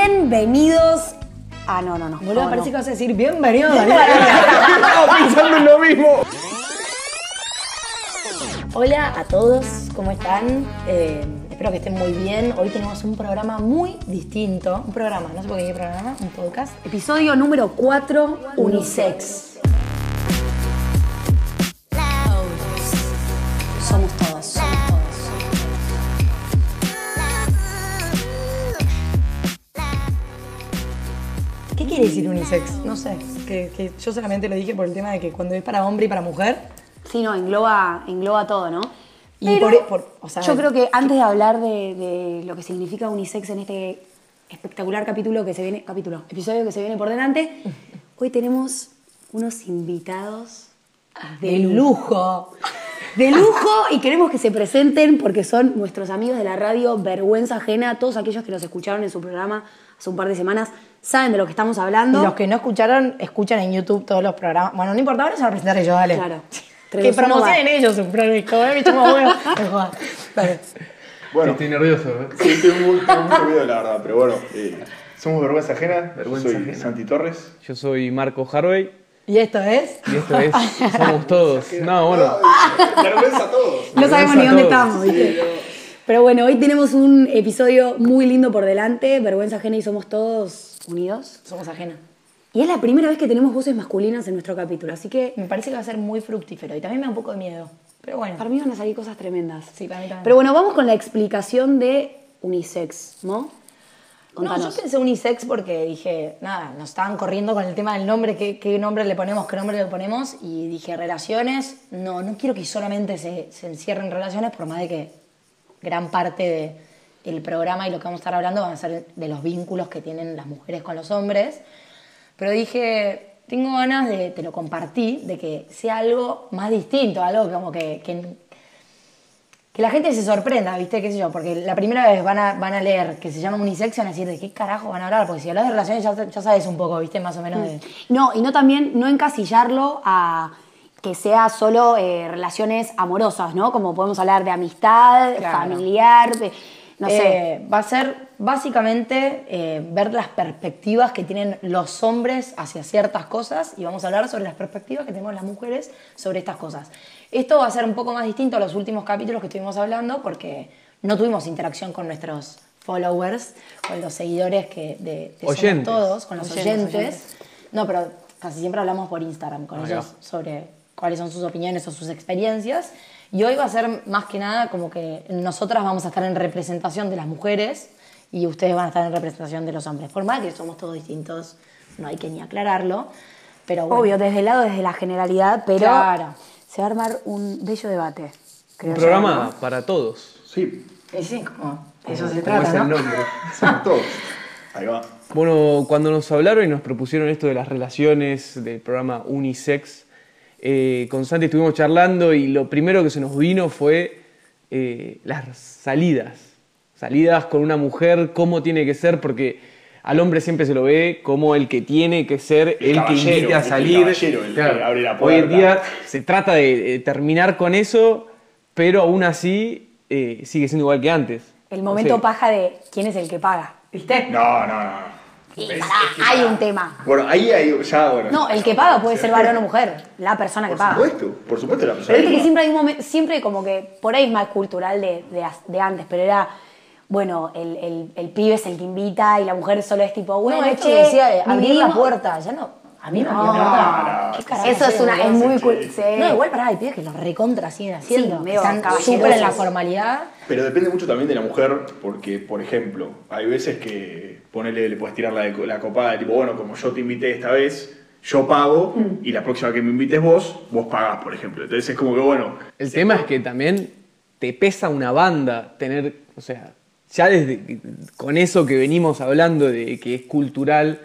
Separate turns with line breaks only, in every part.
Bienvenidos. Ah, no, no, no.
Boludo,
no,
parece
no.
que vas a decir bienvenido, Daniel.
Estaba pensando en lo mismo.
Hola a todos, ¿cómo están? Eh, espero que estén muy bien. Hoy tenemos un programa muy distinto. Un programa, no sé por qué dije programa, un podcast.
Episodio número 4,
Unisex.
Somos todos, somos todos.
¿Qué quiere decir unisex? No sé. Que, que yo solamente lo dije por el tema de que cuando es para hombre y para mujer.
Sí, no, engloba, engloba todo, ¿no?
Y
Pero
por- e- por- o sea,
yo creo que antes de hablar de, de lo que significa unisex en este espectacular capítulo que se viene, capítulo, episodio que se viene por delante, hoy tenemos unos invitados
De lujo.
de lujo y queremos que se presenten porque son nuestros amigos de la radio Vergüenza Ajena. Todos aquellos que nos escucharon en su programa hace un par de semanas saben de lo que estamos hablando.
Y los que no escucharon, escuchan en YouTube todos los programas. Bueno, no importa, ahora se van a presentar ellos, dale.
Claro.
Que
Traducimos
promocionen ellos un programa. Me chupa huevo. Me jodas. Dale.
Bueno,
Estoy nervioso, ¿eh?
sí, estoy muy, estoy muy movido, la verdad, pero bueno. eh, somos Vergüenza Ajena.
Vergüenza
Soy
ajena.
Santi Torres.
Yo soy Marco Harvey
Y esto es.
y esto es Somos Todos. No, bueno,
Vergüenza a todos.
No sabemos ni
Vergüenza
dónde
a todos.
estamos, ¿viste? Pero bueno, hoy tenemos un episodio muy lindo por delante, Vergüenza Ajena y Somos Todos Unidos.
Somos ajena.
Y es la primera vez que tenemos voces masculinas en nuestro capítulo, así que
Me parece que va a ser muy fructífero y también me da un poco de miedo. Pero bueno.
para mí van a salir cosas tremendas.
Sí, para mí también.
Pero bueno, vamos con la explicación de unisex, ¿no?
no, yo
Contanos.
pensé unisex porque dije, nada, nos estaban corriendo con el tema del nombre, qué, qué nombre le ponemos, qué nombre le ponemos, y dije, relaciones, no, no quiero que solamente se, se encierren relaciones, por más de que gran parte de- del programa y lo que vamos a estar hablando van a ser de los vínculos que tienen las mujeres con los hombres. Pero dije, tengo ganas de, te lo compartí, de que sea algo más distinto, algo como que, que, que la gente se sorprenda, ¿viste? ¿Qué sé yo? Porque la primera vez van a, van a leer que se llama unisex y van a decir, ¿de qué carajo van a hablar? Porque si hablas de relaciones ya, ya sabes un poco, ¿viste? Más o menos de...
No, y no también no encasillarlo a que sea solo eh, relaciones amorosas, ¿no? Como podemos hablar de amistad,
Claro.
familiar, de- no sé.
Eh, va a ser básicamente eh, ver las perspectivas que tienen los hombres hacia ciertas cosas y vamos a hablar sobre las perspectivas que tenemos las mujeres sobre estas cosas. Esto va a ser un poco más distinto a los últimos capítulos que estuvimos hablando porque no tuvimos interacción con nuestros followers, con los seguidores que de, de Somos
Oyentes.
todos, con los
Oyentes,
oyentes. No, pero casi siempre hablamos por Instagram con
Ahí
ellos
va.
sobre cuáles son sus opiniones o sus experiencias. Y hoy va a ser más que nada como que nosotras vamos a estar en representación de las mujeres y ustedes van a estar en representación de los hombres. Por más que somos todos distintos, no hay que ni aclararlo. Pero bueno,
Obvio, desde el lado, desde la generalidad, pero
Claro.
se va a armar un bello debate. creo
un
yo,
programa para todos.
Sí,
y sí, como de eso se
como
trata,
es el
¿no?
nombre.
somos todos. Ahí va.
Bueno, cuando nos hablaron y nos propusieron esto de las relaciones del programa Unisex, eh, con Santi estuvimos charlando y lo primero que se nos vino fue eh, las salidas. Salidas con una mujer, cómo tiene que ser, porque al hombre siempre se lo ve como el que tiene que ser el, que
caballero,
invite a
el
salir.
caballero, el que abre la
Hoy en
puerta.
día se trata de eh, terminar con eso, pero aún así eh, sigue siendo igual que antes.
El momento
No sé.
paja de quién es el que paga.
¿Viste?
No, no, no. no.
Y pará, hay un tema.
Bueno, ahí hay. Ya, bueno.
No, el que paga puede ser varón o mujer, la persona que
Por
paga.
supuesto, por supuesto la persona.
Pero viste
que
que siempre hay un momento, siempre como que, por ahí es más cultural de, de as- de antes, pero era, bueno, el, el- el pibe es el que invita y la mujer solo es tipo, bueno,
Bueno, esto
che,
que decía de abrir la
vinimos- Ah,
puerta, ya no. Abrir la
No,
puerta.
no.
¿Qué carajo
Eso es
hacen,
una, es
boludo?
muy cultural.
No, igual pará, hay pibes que los recontra siguen haciendo.
medio
Están
caballerosos.
súper en la formalidad.
Pero depende mucho también de la mujer, porque, por ejemplo, hay veces que ponele, le puedes tirar la, de- la copada, tipo, bueno, como yo te invité esta vez, yo pago,
Mm.
y la próxima que me invites vos, vos pagás, por ejemplo. Entonces es como que, bueno,
El tema es que también te pesa una banda tener, o sea, ya desde que- con eso que venimos hablando de que es cultural,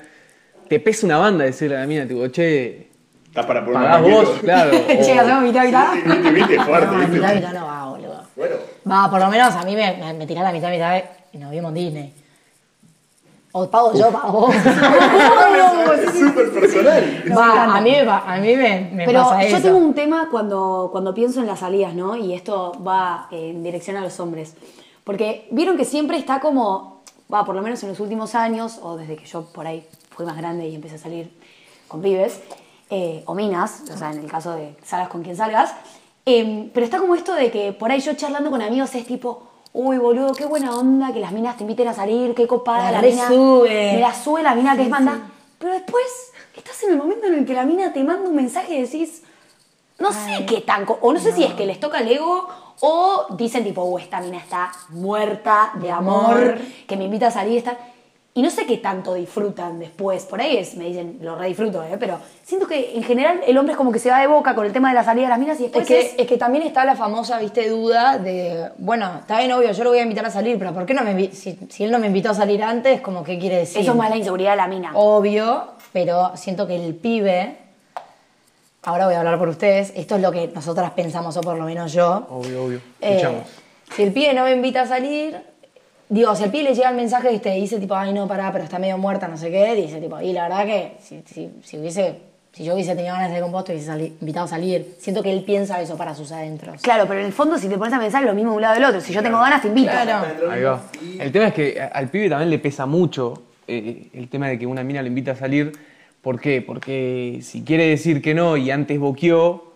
te pesa una banda decirle a la mina, tipo, che,
estás para poner Oh.
pagás vos, claro. o-
Che, hacemos mitad, mitad.
Viste, viste, fuerte,
No,
viste.
mitad, mitad no va, boludo.
Bueno,
Va, por lo menos a mí me, me, me tirás la mitad, mitad eh, y nos vimos en Disney. O pago yo, pago vos.
es súper personal.
Va, a mí, me pa- a mí me, me
Pero
pasa
yo
eso.
tengo un tema cuando, cuando pienso en las salidas, ¿no? eh, Y esto va en dirección a los hombres. Porque vieron que siempre está como, va, por lo menos en los últimos años, o desde que yo por ahí fui más grande y empecé a salir con pibes, eh, o minas, o sea, en el caso de salgas con quien salgas, em, pero está como esto de que por ahí yo charlando con amigos es tipo, uy, boludo, qué buena onda que las minas te inviten a salir, qué copada
La
la, mina.
resube.
Me la sube la mina que es banda. Pero después estás en el momento en el que la mina te manda un mensaje y decís, no sé qué tan. co- O no sé si es que les toca el ego o dicen tipo, oh, esta mina está muerta de amor,
amor.
que me invita a salir. Está... Y no sé qué tanto disfrutan después. Por ahí es, me dicen, lo redisfruto, ¿eh? pero siento que en general el hombre es como que se va de boca con el tema de la salida de las minas y después
Es que, es que también está la famosa, viste, duda de, bueno, está bien obvio, yo lo voy a invitar a salir, pero ¿por qué no me invi- si, si él no me invitó a salir antes, como qué quiere decir?
Eso es más la inseguridad de la mina.
Oh. Obvio, pero siento que el pibe, ahora voy a hablar por ustedes, esto es lo que nosotras pensamos, o por lo menos yo.
Obvio, obvio.
Eh,
Escuchamos.
si el pibe no me invita a salir, digo, si el pibe le llega el mensaje y te dice tipo, ay no, pará, pero está medio muerta, no sé qué, dice tipo, y la verdad que si, si- si hubiese, si yo hubiese tenido ganas de ir con vos, te hubiese sali- invitado a salir. Siento que él piensa eso para sus adentros.
Claro, pero en el fondo si te pones a pensar lo mismo de un lado del otro. Si yo tengo ganas, te invito.
Claro.
Ahí va. El tema es que a- al pibe también le pesa mucho eh, el tema de que una mina le invita a salir. ¿Por qué? Porque si quiere decir que no y antes boqueó,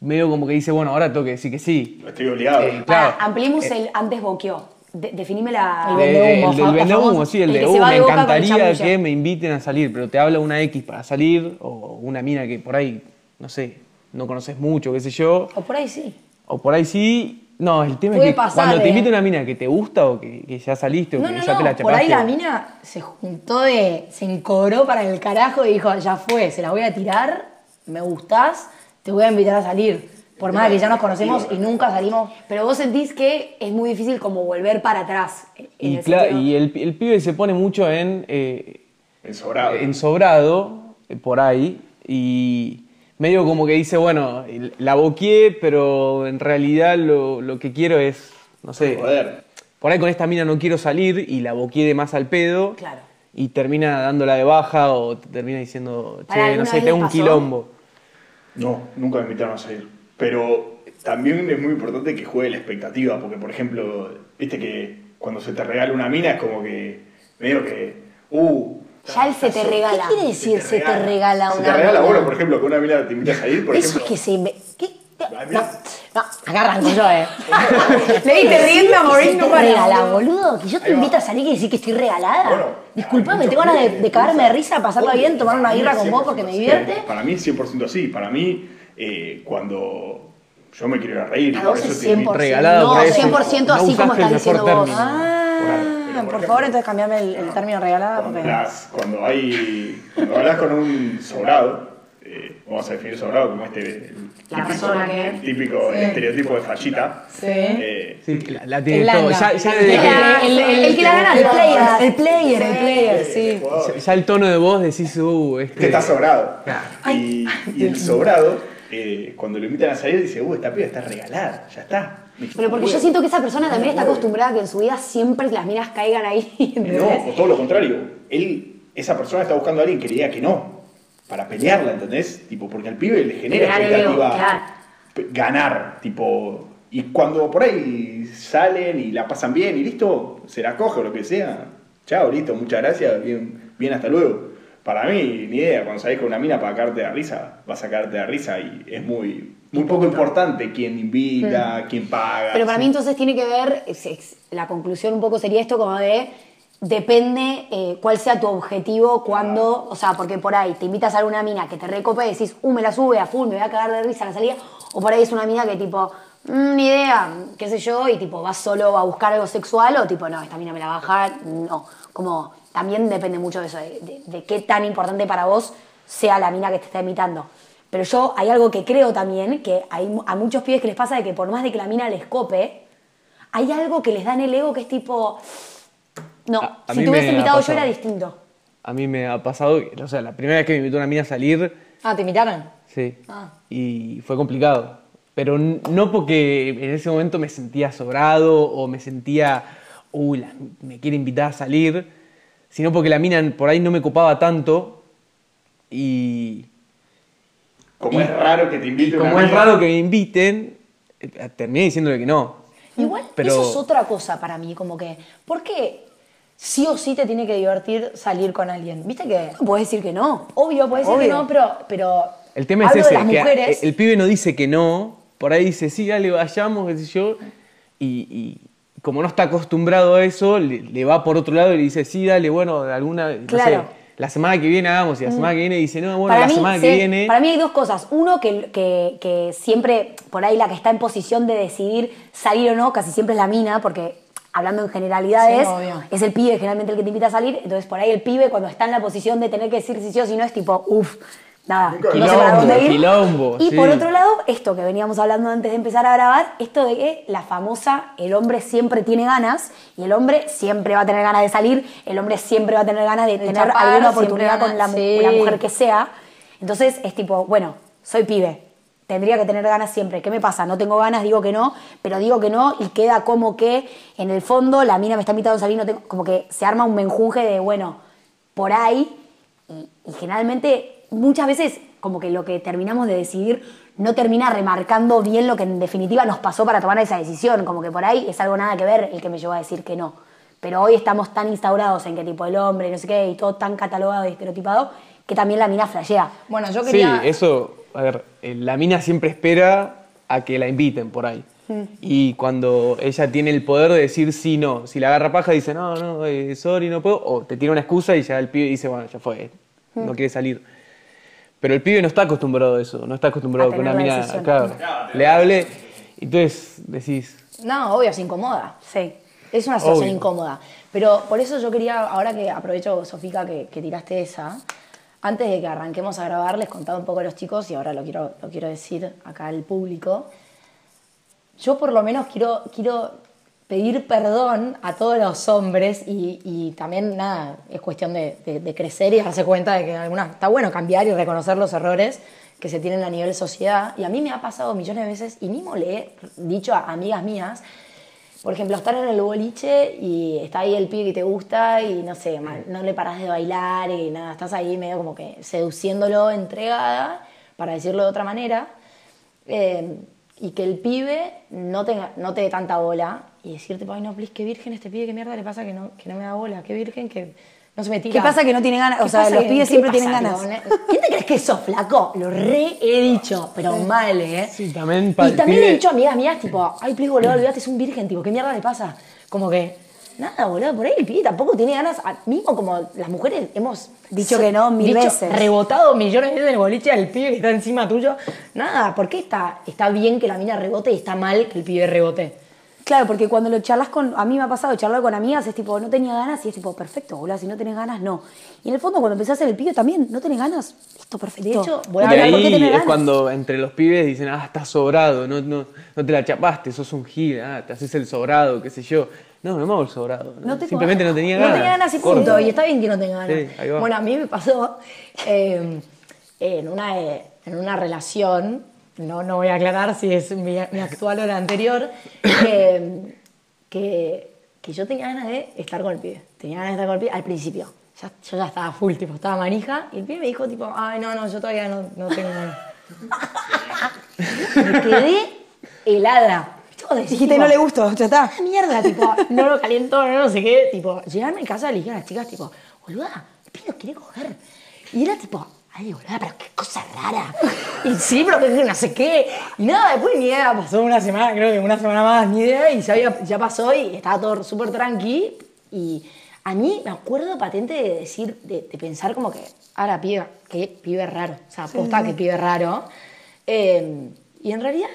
medio como que dice, bueno, ahora tengo que decir que sí.
Estoy obligado.
Eh,
Pará,
claro.
ampliemos el antes boqueó. De- definime la...
El
Ah, De-
vende humo,
el del
fa-
vende
famoso.
humo, sí, el,
El
de
que se
"Uh,
va
me
de boca con el
encantaría
chamullo".
que me inviten a salir, pero te habla una X para salir o una mina que por ahí, no sé, no conoces mucho, qué sé yo,
O por ahí sí.
o por ahí sí. No, el tema
Puede
es que
pasar,
cuando te
eh.
invita una mina que te gusta o que, que ya saliste o
No,
que
no,
ya te la
no.
chapaste.
Por ahí la mina se juntó de. se encoró para el carajo y dijo, ya fue, se la voy a tirar, me gustás, te voy a invitar a salir. Por más que ya nos conocemos y nunca salimos.
Pero vos sentís que es muy difícil como volver para atrás. en
Y,
el
cla-
sentido-
y el, pi- el pibe se pone mucho en, eh,
El sobrado.
en sobrado, eh, por ahí, y medio como que dice, bueno, el- la boqué, pero en realidad lo, lo que quiero es, no sé,
Joder.
por ahí con esta mina no quiero salir y la boqué de más al pedo.
Claro.
Y termina dándola de baja o te termina diciendo,
Pará,
che,
¿alguna
no sé,
vez
tengo
les
un
pasó?
quilombo.
No, nunca me invitaron a salir. Pero también es muy importante que juegue la expectativa, porque por ejemplo, viste que cuando se te regala una mina es como que medio que, uh,
Ya él se te regala.
¿Qué quiere decir se te regala
se
una
te regala,
mina?
bueno, por ejemplo, que una mina te invita a salir, por
Eso es
ejemplo.
que se. inve- ¿Qué?
Ay,
No,
mira.
no, acá arranco yo, eh.
Le diste rienda a Maurice,
Se te
no para.
regala, boludo. Que yo te
Ahí va.
invito a salir y decir que estoy regalada.
Bueno,
Disculpame,
hay
tengo ganas de,
muchos
de cagarme de risa, pasarla
Obvio,
bien, tomar una
para mí
birra
es
con vos porque me
100%
divierte.
así. Para mí es 100% así. Para mí, eh, cuando yo me quiero ir a reír,
A
por
vos
eso
es
te invito.
100%.
Regalada
No,
por ahí.
100%
no
así como
usaste
estás
el
diciendo
mejor
vos.
término.
Ah,
Pero, por
por
ejemplo,
favor, entonces cambiame el, el término regalada
Cuando
porque.
hablas, cuando hay, cuando hablas con un sobrado, eh, vamos a definir sobrado como este el
La
típico-
persona que-
el típico estereotipo de fachita.
Sí.
eh,
Sí, la, la tiene
El
todo.
anda.
Ya, ya desde
El
que-
anda. El- el- el que la gana,
el
el
player,
player.
el player, el player, sí.
eh, jugador,
Ya el tono de voz decís, uh, este.
que está sobrado.
Claro.
Y, y el sobrado, eh, cuando lo invitan a salir, dice, uh, esta piba está regalada, ya está.
Pero porque yo siento que esa persona también está acostumbrada a que en su vida siempre las minas caigan ahí. ¿entendés?
No, o todo lo contrario. Él, esa persona está buscando a alguien que le diga que no. Para pelearla, ¿entendés? Tipo, porque al pibe le genera
Claro,
expectativa
claro.
p- ganar, tipo. Y cuando por ahí salen y la pasan bien y listo, se la coge o lo que sea. Chao, listo, muchas gracias, bien, bien hasta luego. Para mí, ni idea, cuando salís con una mina para cagarte de risa, vas a cagarte de risa y es muy, muy poco importante quién invita, quién
Mm.
paga.
Pero para
sí.
mí entonces tiene que ver, es- es- la conclusión un poco sería esto como de, depende eh, cuál sea tu objetivo cuando, o sea, porque por ahí te invitas a una mina que te recopa y decís, uh, me la sube a full, me voy a cagar de risa a la salida, o por ahí es una mina que tipo, "Mm, ni idea, qué sé yo, y tipo, vas solo a buscar algo sexual o tipo, no, esta mina me la baja, no, como también depende mucho de eso, de, de- de qué tan importante para vos sea la mina que te está imitando. Pero yo hay algo que creo también, que hay mu- a muchos pibes que les pasa de que por más de que la mina les cope, hay algo que les da en el ego que es tipo, no,
A- a
si
mí
te hubiese
me ha
invitado yo
pasado.
era distinto.
A mí me ha pasado, que- o sea, la primera vez que me invitó una mina a salir,
Ah, ¿te invitaron?
sí.
Ah.
Y fue complicado. Pero n- no porque en ese momento me sentía sobrado o me sentía, uy, la- me quiere invitar a salir, sino porque la mina por ahí no me copaba tanto y
Como es raro que te invite una
como es
mina-
raro que me inviten, eh, terminé diciéndole que no.
Igual
Pero-
eso es otra cosa para mí, como que, ¿por qué sí o sí te tiene que divertir salir con alguien. ¿Viste que?
No puedes decir que no.
Obvio, puede ser que
Obvio.
no, pero, pero
El tema es
hablo
ese,
de las
que a-
mujeres.
el pibe no dice que no, por ahí dice, sí, dale, vayamos, qué sé yo, y, y como no está acostumbrado a eso, le, le va por otro lado y le dice, sí, dale, bueno, alguna, no
Claro.
sé, la semana que viene hagamos, y la semana que viene dice, no, bueno,
para,
la
mí,
semana
sí,
que viene...
para mí hay dos cosas. Uno, que, que- que siempre, por ahí la que está en posición de decidir salir o no, casi siempre es la mina, porque hablando en generalidades,
Sí, obvio.
es el pibe generalmente el que te invita a salir. Entonces, por ahí el pibe, cuando está en la posición de tener que decir si sí o si no, es tipo, uff, nada, no sé para
Quilombo,
dónde ir.
quilombo,
y
sí.
por otro lado, esto que veníamos hablando antes de empezar a grabar, esto de que la famosa, el hombre siempre tiene ganas, y el hombre siempre va a tener ganas de salir, el hombre siempre va a tener ganas de
De
tener
chapar,
alguna
siempre
oportunidad
van a-
con la, mu-
sí.
la mujer que sea. Entonces es tipo, bueno, soy pibe, tendría que tener ganas siempre. ¿Qué me pasa? No tengo ganas, digo que no, pero digo que no y queda como que en el fondo la mina me está invitando a salir, no tengo, como que se arma un menjunje de, bueno, por ahí. Y, y generalmente muchas veces como que lo que terminamos de decidir no termina remarcando bien lo que en definitiva nos pasó para tomar esa decisión, como que por ahí es algo nada que ver el que me llevó a decir que no. Pero hoy estamos tan instaurados en qué tipo el hombre, no sé qué, y todo tan catalogado y estereotipado, que también la mina flashea.
Bueno, yo
Sí,
quería.
eso, a ver, eh, la mina siempre espera a que la inviten por ahí. Y cuando ella tiene el poder de decir sí, no, si la agarra paja dice, no, no, eh, sorry, no puedo, o te tiene una excusa y ya el pibe dice, bueno, ya fue, eh, no quiere salir. Pero el pibe no está acostumbrado a eso, no está acostumbrado
A
a que una
tener la
mina
decisión.
claro, le hable. Entonces decís,
No, obvio, se incomoda.
Sí.
Es una situación
Obvio.
incómoda. Pero por eso yo quería, ahora que aprovecho, Sofía, que, que tiraste esa, antes de que arranquemos a grabar, les contaba un poco a los chicos y ahora lo quiero, lo quiero decir acá al público. Yo por lo menos quiero, quiero pedir perdón a todos los hombres y, y también nada, es cuestión de, de- de crecer y darse cuenta de que algunas, está bueno cambiar y reconocer los errores que se tienen a nivel sociedad. Y a mí me ha pasado millones de veces y mismo le he dicho a amigas mías, por ejemplo, estar en el boliche y está ahí el pibe que te gusta y no sé, man, no le paras de bailar y nada, estás ahí medio como que seduciéndolo, entregada, para decirlo de otra manera. Eh, y que el pibe no, tenga, no te dé tanta bola y decirte, ay no, please, qué virgen este pibe, qué mierda le pasa que no, que no me da bola, qué virgen que no se me tira.
¿Qué pasa que no tiene ganas?
¿Qué
O sea,
pasa
los
que-
pibes
qué
siempre
pasa,
tienen ganas.
digo, ne- ¿Quién te crees que sos, flaco? Lo re he dicho, pero mal, ¿eh?
sí, también para
Y
el
también le he
pibe-
dicho a amigas mías, tipo, ay, please, boludo, olvídate, es un virgen, tipo, ¿qué mierda le pasa? Como que, nada, boludo, por ahí el pibe tampoco tiene ganas, a- mismo como las mujeres hemos
Dicho que no mil veces.
Rebotado millones de veces en el boliche al pibe que está encima tuyo. Nada, ¿por qué está, está bien que la mina rebote y está mal que el pibe rebote?
Claro, porque cuando lo charlas con. A mí me ha pasado charlar con amigas, es tipo, no tenía ganas y es tipo, perfecto, boludo, si no tenés ganas, no. Y en el fondo, cuando empezás a hacer el pibe también, no tenés ganas, listo, perfecto.
De hecho, voy
Y
a
No
de
tenés por qué
ahí
tener
es
ganas.
cuando entre los pibes dicen, ah, estás sobrado, no, no, no te la chapaste, sos un gil, ah, te haces el sobrado, qué sé yo. No, no me hago el sobrado. ¿no?
No tengo
Simplemente
ganas.
no tenía
no
ganas.
tenía ganas y
Corta.
punto. Y está bien que no tenga ganas.
Sí, ahí va.
Bueno, a mí me pasó eh, en, una, eh, en una relación, no, no voy a aclarar si es mi, mi actual o la anterior, eh, que, que yo tenía ganas de estar con el pibe. Tenía ganas de estar con el pibe al principio. Ya- yo ya estaba full, tipo, estaba manija. Y el pibe me dijo, tipo, ay, no, no, yo todavía no, no tengo ganas. me quedé helada. Yo decía,
Dijiste,
tipo,
no le gustó, ya está.
esta mierda, tipo, no lo caliento, no, no sé qué, tipo, llegaron a mi casa, le dije a las chicas, tipo, boluda, el pibe quiere coger. Y era tipo, ay, boluda, pero qué cosa rara. Y sí, pero que no sé qué. Y nada, después ni idea, pasó una semana, creo que una semana más, ni idea, y ya, había- ya pasó y estaba todo súper tranqui. Y a mí me acuerdo patente de decir, de, de pensar como que, ahora, pibe, qué pibe raro. O sea, aposta que pibe raro. Eh, y en realidad,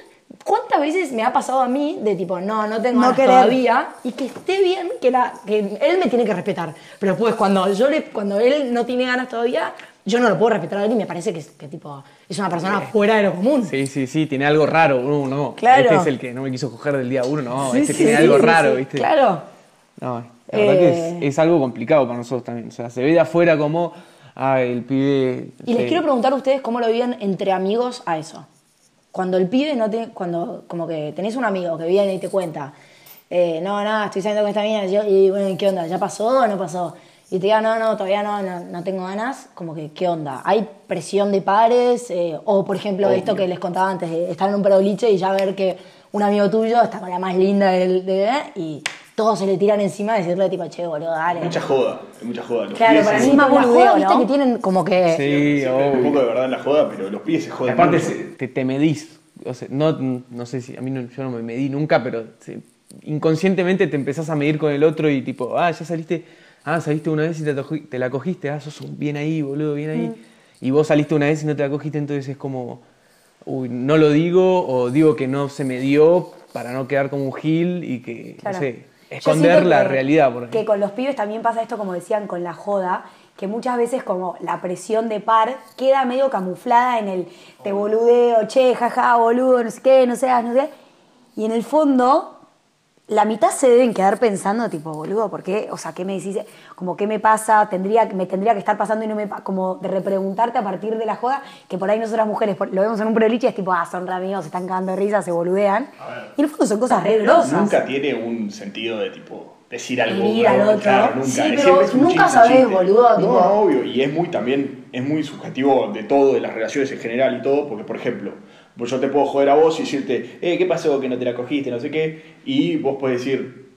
¿cuántas veces me ha pasado a mí de tipo, no, no tengo
No
ganas
querer.
todavía y que esté bien, que, la, que él me tiene que respetar? Pero pues cuando, yo le, cuando él no tiene ganas todavía, yo no lo puedo respetar a él y me parece que, es- que, tipo, es una persona fuera de lo común.
Sí, sí, sí, tiene algo raro. uno no.
Claro.
Este es el que no me quiso coger del día uno, no.
Sí,
este
sí,
tiene
sí,
algo
sí,
raro,
sí.
¿viste?
Claro.
No, la verdad
Eh.
que es, es algo complicado para nosotros también. O sea, se ve de afuera como, ah, el pibe.
Y les
sí.
quiero preguntar a ustedes cómo lo viven entre amigos a eso. Cuando el pibe no tiene, cuando como que tenés un amigo que viene y te cuenta, eh, no, nada, estoy saliendo con esta mina, y yo- y bueno, ¿y ¿qué onda? ¿Ya pasó o no pasó? Y te diga, no, no, todavía no, no, no tengo ganas, como que, ¿qué onda? ¿Hay presión de pares? Eh, o, por ejemplo, esto que les contaba antes, de estar en un boliche y ya ver que un amigo tuyo está con la más linda del, de, y todos se le tiran encima a decirle tipo, che, boludo, dale.
Mucha joda, hay mucha joda. Los
claro,
pibes
para
se-
mí
más
más
boludeo,
boludeo, viste
¿no?
que tienen como que...
Sí,
siempre hay un poco
obvio.
de verdad en la joda, pero los pies se
Y
jodan.
aparte
mucho.
se- te, te medís. O sea, no, no sé si, a mí no- yo no me medí nunca, pero se- inconscientemente te empezás a medir con el otro y tipo, ah, ya saliste, ah, saliste una vez y te, toji- te la cogiste, ah, sos un bien ahí, boludo, bien
Mm.
ahí. Y vos saliste una vez y no te la cogiste, entonces es como, uy, no lo digo o digo que no se me dio para no quedar como un gil y que,
Claro.
no sé,
Yo
esconder
siento
la
que-
realidad. Por ahí.
Que con los pibes también pasa esto, como decían, con la joda, que muchas veces como la presión de par queda medio camuflada en el te boludeo, che, jaja, boludo, no sé qué, no seas, no sé. Y en el fondo, la mitad se deben quedar pensando, tipo, boludo, ¿por qué? O sea, ¿qué me decís? Como, ¿qué me pasa? Tendría, me tendría que estar pasando y no me... pa-". Como de repreguntarte a partir de la joda, que por ahí nosotras mujeres por- lo vemos en un proliche, es tipo, ah, son re amigos, se están cagando de risa, se boludean. Y en el fondo son cosas re grosas.
Nunca tiene un sentido de tipo decir algo.
Herir al
¿no?
otro.
Claro, nunca.
Sí,
Es
pero
siempre es un
nunca
chiste, un
sabés,
chiste.
boludo,
No,
tipo-
no, obvio. Y es muy también, es muy subjetivo de todo, de las relaciones en general y todo, porque por ejemplo, pues yo te puedo joder a vos y decirte, eh, ¿qué pasó que no te la cogiste? No sé qué. Y vos podés decir,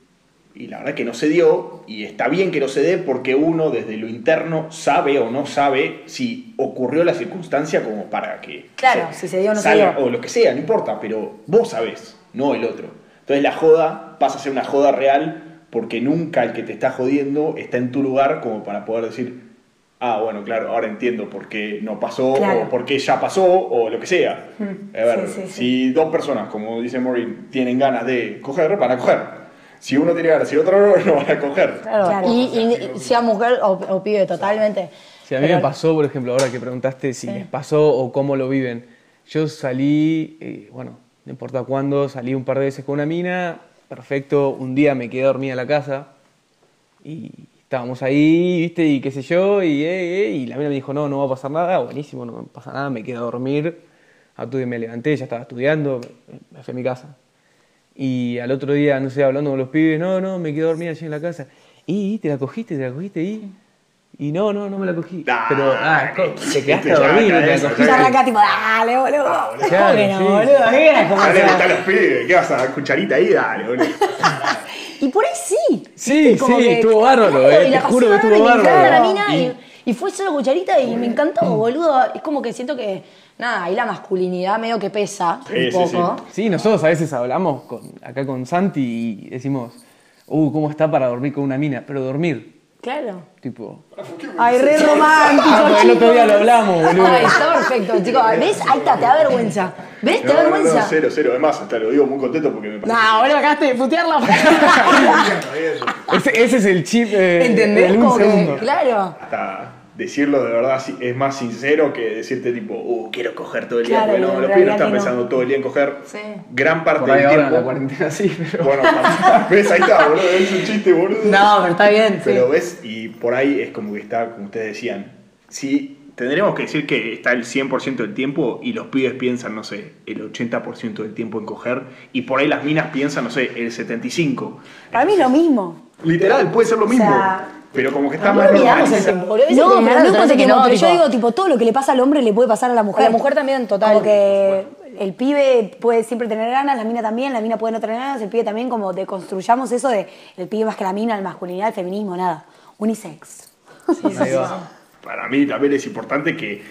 y la verdad que no se dio, y está bien que no se dé porque uno desde lo interno sabe o no sabe si ocurrió la circunstancia como para que...
Claro, si se dio o no se
salga,
dio.
O lo que sea, no importa, pero vos sabés, no el otro. Entonces la joda pasa a ser una joda real porque nunca el que te está jodiendo está en tu lugar como para poder decir, ah, bueno, claro, ahora entiendo por qué no pasó
Claro.
o por qué ya pasó o lo que sea. A ver,
sí, sí, sí.
si dos personas, como dice Maureen, tienen ganas de coger, van a coger. Si uno tiene ganas y el otro no, no van a coger.
Claro.
Claro.
Y, y- y sea mujer o, o pibe, totalmente.
Si a mí
Pero-
me pasó, por ejemplo, ahora que preguntaste si les pasó o cómo lo viven. Yo salí, eh, bueno, no importa cuándo, salí un par de veces con una mina, perfecto, un día me quedé dormida en la casa y estábamos ahí, viste, y qué sé yo, y, eh, eh, y la mina me dijo, no, no va a pasar nada, buenísimo, no pasa nada, me quedé a dormir, a tu me levanté, ya estaba estudiando, me fui a mi casa. Y al otro día, no sé, hablando con los pibes, no, no, me quedé dormida allí en la casa. Y, y, te la cogiste, te la cogiste, y. Y no, no, no me la cogí.
Nah,
Pero, ah, co- te quedaste
ya,
a dormir,
ya,
no te
eso,
la
Y
ya.
cogiste.
arranca tipo, dale, boludo.
Ah, Claro,
¿Cómo que no,
sí.
boludo? ¿Qué era? ¿Cómo
Dale,
se va?
está los pibes, ¿qué vas a cucharita ahí? Dale, boludo.
Y por ahí sí.
Sí,
¿viste? Como
sí,
que-
estuvo bárbaro,
Claro,
eh,
y
te
la pasé
juro que
bárbaro
estuvo
y me encantaba
bárbaro.
la mina y, Mm. y fue solo cucharita y me encantó, boludo. Es como que siento que, nada, ahí la masculinidad medio que pesa
Sí,
un
sí, sí.
poco.
Sí, nosotros a veces hablamos con- acá con Santi y decimos, uh, ¿cómo está para dormir con una mina? Pero dormir,
Claro.
tipo.
Ay, re romántico.
Ah, porque el otro día lo hablamos, boludo.
Ay, está perfecto, chicos. ¿Ves? Ahí está, te da vergüenza. ¿Ves? Te da
No, no, no,
vergüenza.
cero, cero. Además, hasta lo digo muy contento porque me
No,
parece.
ahora acabaste de putearla.
Ese, ese es el chip. eh,
¿Entendés?
del un
Como que,
segundo.
claro.
Hasta decirlo de verdad si- es más sincero que decirte tipo, uh, quiero coger todo el día.
Claro,
Bueno,
en
los pibes no
realidad
están
que no.
pensando todo el día en coger.
Sí.
Por
Gran parte
ahí
del
ahora en la
tiempo.
cuarentena sí, pero.
Bueno, ves, ahí está, boludo, es un chiste, boludo.
No, pero está bien, sí.
Pero ves, y por ahí es como que está, como ustedes decían, sí, tendremos que decir que está el 100% del tiempo y los pibes piensan, no sé, el 80% del tiempo en coger y por ahí las minas piensan, no sé, el 75%.
Para mí es lo mismo.
Literal, puede ser lo mismo.
sea,
pero como que está
No
más
olvidamos el
normalizado.
tiempo, boludo. A veces
No,
tenés
pero
ganas
no
de otra
es por
gente
ese
que
tiempo,
no,
pero yo
tipo-
digo, tipo, todo lo que le pasa al hombre le puede pasar a la mujer.
A la mujer también, total.
Como que el pibe puede siempre tener ganas, la mina también, la mina puede no tener ganas, el pibe también, como deconstruyamos eso de el pibe más que la mina, el masculinidad, el feminismo, nada. Unisex.
ahí va.
para mí también es importante que,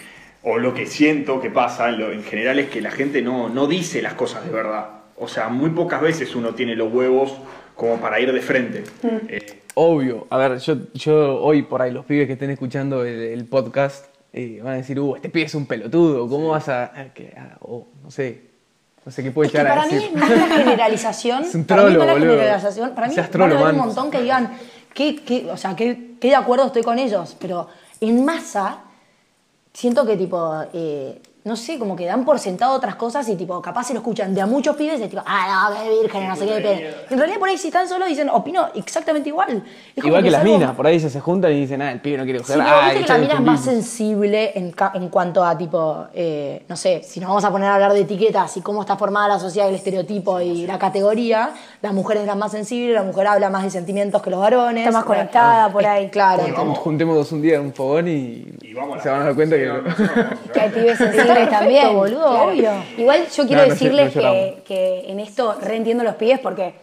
o lo que siento que pasa en, lo- en general es que la gente no, no dice las cosas de verdad. O sea, muy pocas veces uno tiene los huevos como para ir de frente. Eh,
Obvio. A ver, yo, yo hoy por ahí, los pibes que estén escuchando el, el podcast eh, van a decir, uh, este pibe es un pelotudo, ¿cómo vas a.? a que- a- o, no sé. No sé qué puede
Es que
llegar a
para mí
decir.
es mala generalización.
Es un
para mí
trolo,
mala
boludo.
generalización. Para mí
Seas trolo,
van a haber
man.
un montón que digan, que, que- o sea, que, que de acuerdo estoy con ellos, pero en masa siento que tipo, eh, no sé, como que dan por sentado otras cosas y tipo, capaz se lo escuchan de a muchos pibes es tipo, ah, no, que virgen, no sé qué. pero- En realidad por ahí si están solos dicen, opino exactamente igual. Es como
Igual que
es
las
algo-
minas, por ahí ellas se juntan y dicen, ah, el pibe no quiere
Sí,
coger.
pero
ah,
viste que la mina es más eh.
más
sensible en, ca- en cuanto a tipo, eh, no sé, si nos vamos a poner a hablar de etiquetas y cómo está formada la sociedad, el estereotipo y la categoría, la mujer es la más sensible, la mujer habla más de sentimientos que los varones.
Está más
Bueno,
conectada por
es-
ahí.
Claro.
Juntémonos un día en un fogón y,
Y vamos a la-
se van a dar cuenta que.
Que hay pibes sensibles
Está perfecto,
también.
boludo, obvio.
Igual yo quiero
No, no lle-
decirles
no
que,
lloramos.
que en esto reentiendo los pibes porque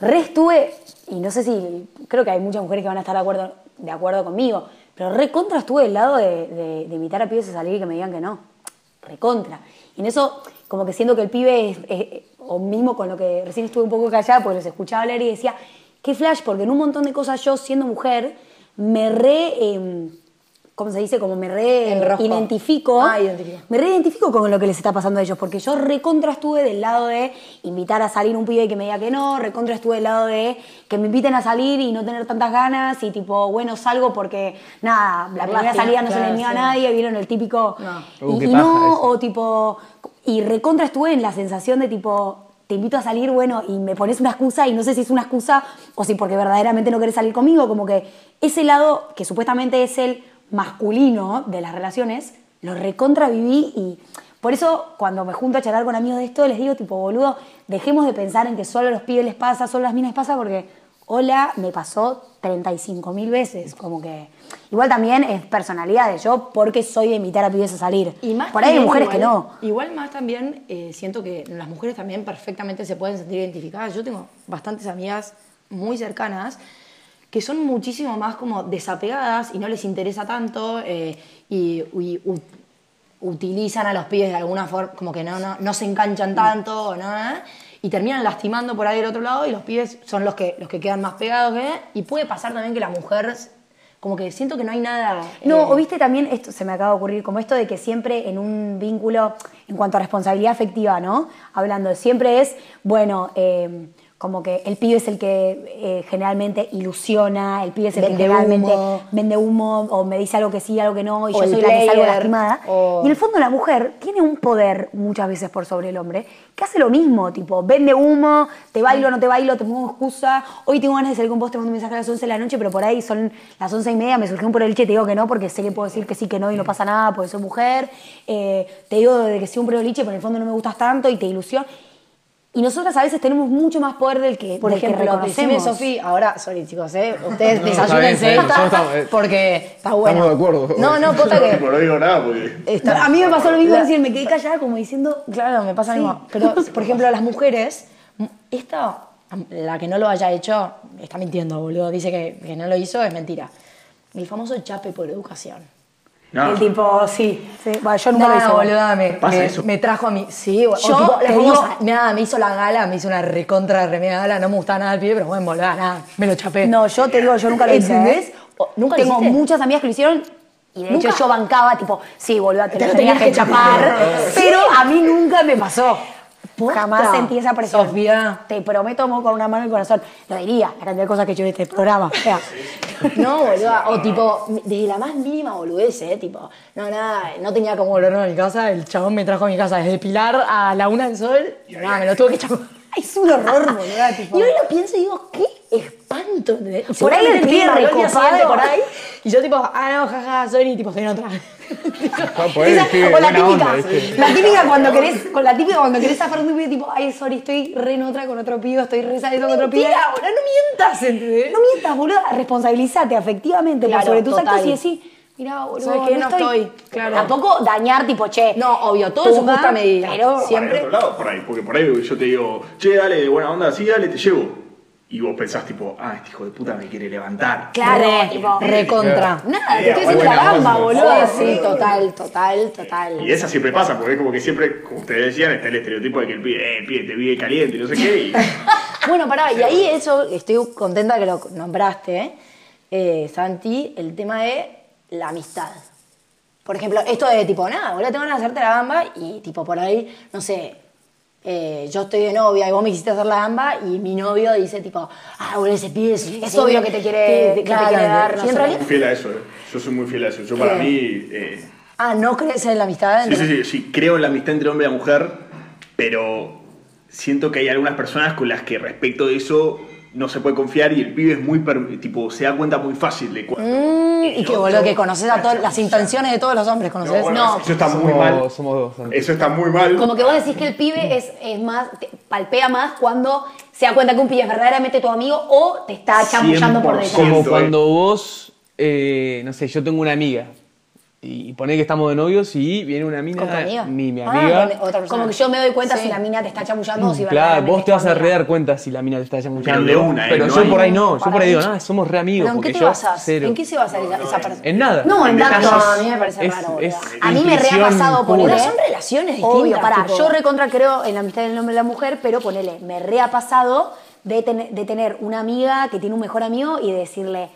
re estuve, y no sé si, creo que hay muchas mujeres que van a estar de acuerdo, de acuerdo conmigo, pero re contra estuve del lado de, de- de invitar a pibes a salir y que me digan que no. Re contra. Y en eso, como que siento que el pibe es, es- o mismo con lo que recién estuve un poco callada, pues los escuchaba hablar y decía, qué flash, porque en un montón de cosas yo, siendo mujer, me re, em, ¿cómo se dice? Como me re
Enrosco.
identifico.
Ah, identifico.
Me reidentifico con lo que les está pasando a ellos, porque yo recontra estuve del lado de invitar a salir un pibe y que me diga que no, recontra estuve del lado de que me inviten a salir y no tener tantas ganas y tipo, bueno, salgo porque nada, la
Me
primera
imagino,
salida no se le
claro,
envió a
sí.
nadie, vieron el típico
No. Uh,
y,
qué
y
paja
no,
eso.
o tipo, y recontra estuve en la sensación de tipo, te invito a salir, bueno, y me pones una excusa y no sé si es una excusa o si porque verdaderamente no querés salir conmigo, como que ese lado que supuestamente es el masculino de las relaciones, lo recontra viví y por eso cuando me junto a charlar con amigos de esto les digo tipo, boludo, dejemos de pensar en que solo a los pibes les pasa, solo a las minas les pasa porque Hola, me pasó 35 mil veces, como que... Igual también es personalidades, yo porque soy de invitar a pibes a salir.
Y más
Por ahí hay
también
mujeres que
igual-
no.
Igual más también eh, siento que las mujeres también perfectamente se pueden sentir identificadas. Yo tengo bastantes amigas muy cercanas que son muchísimo más como desapegadas y no les interesa tanto eh, y, y u- utilizan a los pibes de alguna forma, como que no, no, no se enganchan tanto o nada, y terminan lastimando por ahí del otro lado y los pibes son los que, los que quedan más pegados. ¿eh? Y puede pasar también que la mujer, como que siento que no hay nada...
No,
eh,
o viste también, esto se me acaba de ocurrir, como esto de que siempre en un vínculo, en cuanto a responsabilidad afectiva, ¿no? Hablando, siempre es, bueno, eh, como que el pibe es el que eh, generalmente ilusiona, el pibe es el
Vende
que generalmente
humo.
vende humo, o me dice algo que sí, algo que no, y
O
yo
el
soy la que salgo
player,
lastimada.
o-
Y en el fondo la mujer tiene un poder muchas veces por sobre el hombre, que hace lo mismo, tipo, vende humo, te bailo, no te bailo, te pongo excusa, hoy tengo ganas de salir con vos, te mando un mensaje a las 11 de la noche, pero por ahí son las 11 y media, me surgió un por el che, te digo que no, porque sé que puedo decir que sí, que no,
Mm.
y no pasa nada, porque soy mujer, eh, te digo de que sí un preoliche, pero en el fondo no me gustas tanto y te ilusión. Y nosotras a veces tenemos mucho más poder del que,
Por
del que
ejemplo, decime
reconocemos.
Sofi, ahora, sorry chicos, ¿eh? ustedes
No, está bien, está
desayúnense
bien, nosotros estamos, eh,
porque está bueno.
estamos de acuerdo.
No, no, posta que...
Tipo, no digo nada porque.
está-
A mí me pasó lo mismo
La-
recién, me quedé callada como diciendo,
Claro, me pasa lo mismo. Pero, por ejemplo, las mujeres, esta, la que no lo haya hecho, está mintiendo, boludo. Dice que, que no lo hizo, es mentira. El famoso chape por educación.
No.
el tipo, sí, sí. Bueno, yo nunca
Nada,
lo hice.
boluda, me,
Pasa
me-
eso.
me trajo a mí. Sí, o
Yo,
tipo,
te
la famosa,
digo-
nada, me hizo la gala, me hizo una recontra remera gala, no me gustaba nada el pibe, pero bueno, boluda, nada, me lo chapé.
No, yo te digo, yo nunca lo hice.
¿Entendés?
¿eh?
O- ¿Nunca lo
Tengo
hiciste?
muchas amigas que lo hicieron y de
¿Nunca?
hecho yo bancaba, tipo, sí, boluda, te,
Te
lo
lo
tenías
tenías
que
que
chapar.
chapar.
pero a mí nunca me pasó.
Posta.
Jamás sentí esa presión.
Sofía.
Te prometo, mo, con una mano en el corazón. Lo diría, la cantidad de cosas que yo en este programa. O sea,
No, boluda. O tipo, desde la más mínima boludez, ¿eh? Tipo, no, nada, no tenía cómo volverme a mi casa. El chabón me trajo a mi casa desde Pilar a la una del sol. Y nada, me lo tuve que chapar.
es un horror, boluda, tipo.
Y hoy lo pienso y digo, qué espanto. ¿entendés? Y
Por ahí el
seguramente
pibe
tenía dolor el día
recopado.
siguiente por ahí. Y yo, tipo, ah, no, jaja, soy ni tipo, estoy en otra.
Ah, por ahí el
Esa-
pibe,
o la
buena
típica,
onda, ¿viste?
la típica cuando querés, con la típica cuando querés zafar de un pibe tipo, ay, sorry, estoy re en otra con otro pibe, estoy re saliendo con otro pibe.
Mentira, boluda, no mientas, ¿entendés?
No mientas, boludo, responsabilízate afectivamente por
Claro,
sobre tus
total.
actos y decís, mirá, boludo,
¿Sabes qué? No estoy, claro.
Tampoco dañar tipo, che.
No, obvio, todo en su
Pumba,
justa medida.
pero-
Para
Siempre.
el otro lado, por ahí, porque por ahí yo te digo, che, dale, de buena onda, sí, dale, te llevo. Y vos pensás, tipo, ah, este hijo de puta me quiere levantar.
Claro,
Re,
tipo,
recontra.
nada, te
Idea,
estoy haciendo la
buena
gamba,
onda.
boludo.
Sí, sí, total, total, total.
Y esa siempre pasa, porque es como que siempre, como ustedes decían, está el estereotipo de que el pibe, eh, el pibe te vive caliente, no sé qué. Y,
Bueno, pará, y ahí eso, estoy contenta que lo nombraste, ¿eh? Eh, Santi, el tema de la amistad. Por ejemplo, esto de tipo, nada, boludo, te van a hacerte la gamba y tipo por ahí, no sé, eh, yo estoy de novia y vos me quisiste hacer la gamba y mi novio dice tipo, ah, boludo, ese pibe es,
Es obvio que te quiere- que te quiere dar, no
Y en
sé
realidad,
muy fiel a eso, eh. yo soy muy fiel a eso. Yo para mí, eh,
ah, no crees en la amistad.
sí,
entre-
sí, sí, sí, creo en la amistad entre hombre y la mujer, pero siento que hay algunas personas con las que respecto de eso no se puede confiar y el pibe es muy, per- tipo, se da cuenta muy fácil de cuando...
Mm, y que boludo, que conoces a todas las intenciones de todos los hombres,
No,
¿conoces?
bueno,
No.
Eso está muy
Somos-
mal.
somos dos, Santi.
Eso está muy mal.
Como que vos decís que el pibe es, es más, te- palpea más cuando se da cuenta que un pibe es verdaderamente tu amigo o te está chamullando por
100%.
detrás.
Como
Siento, eh.
cuando vos, eh, no sé, yo tengo una amiga Y poné que estamos de novios y viene una mina,
¿Con tu amiga?
mi, mi
Ah,
amiga. Mm,
con otra persona. Como que yo me doy cuenta si la mina te está chamullando o si
Claro,
verdaderamente
vos te vas a
está
re dar cuenta si la mina te está chamuchando.
Pero de una, ¿eh?
Pero
No
yo
hay-
por ahí no. Yo
Para
por ahí digo,
mí-
ah, somos re amigos.
Pero ¿en
porque
qué te
yo
basas?
cero.
¿En qué se basa esa, esa persona?
En nada.
No, en
En
datos.
detalles.
A mí me parece
Es-
raro. boludo.
es
a mí me re ha
intuición
pasado por
pura.
Pero son relaciones
Obvio,
distintas,
pará.
tipo-
Yo recontra creo en la amistad del hombre y la mujer, pero ponele, me re ha pasado de, ten- de tener una amiga que tiene un mejor amigo y decirle,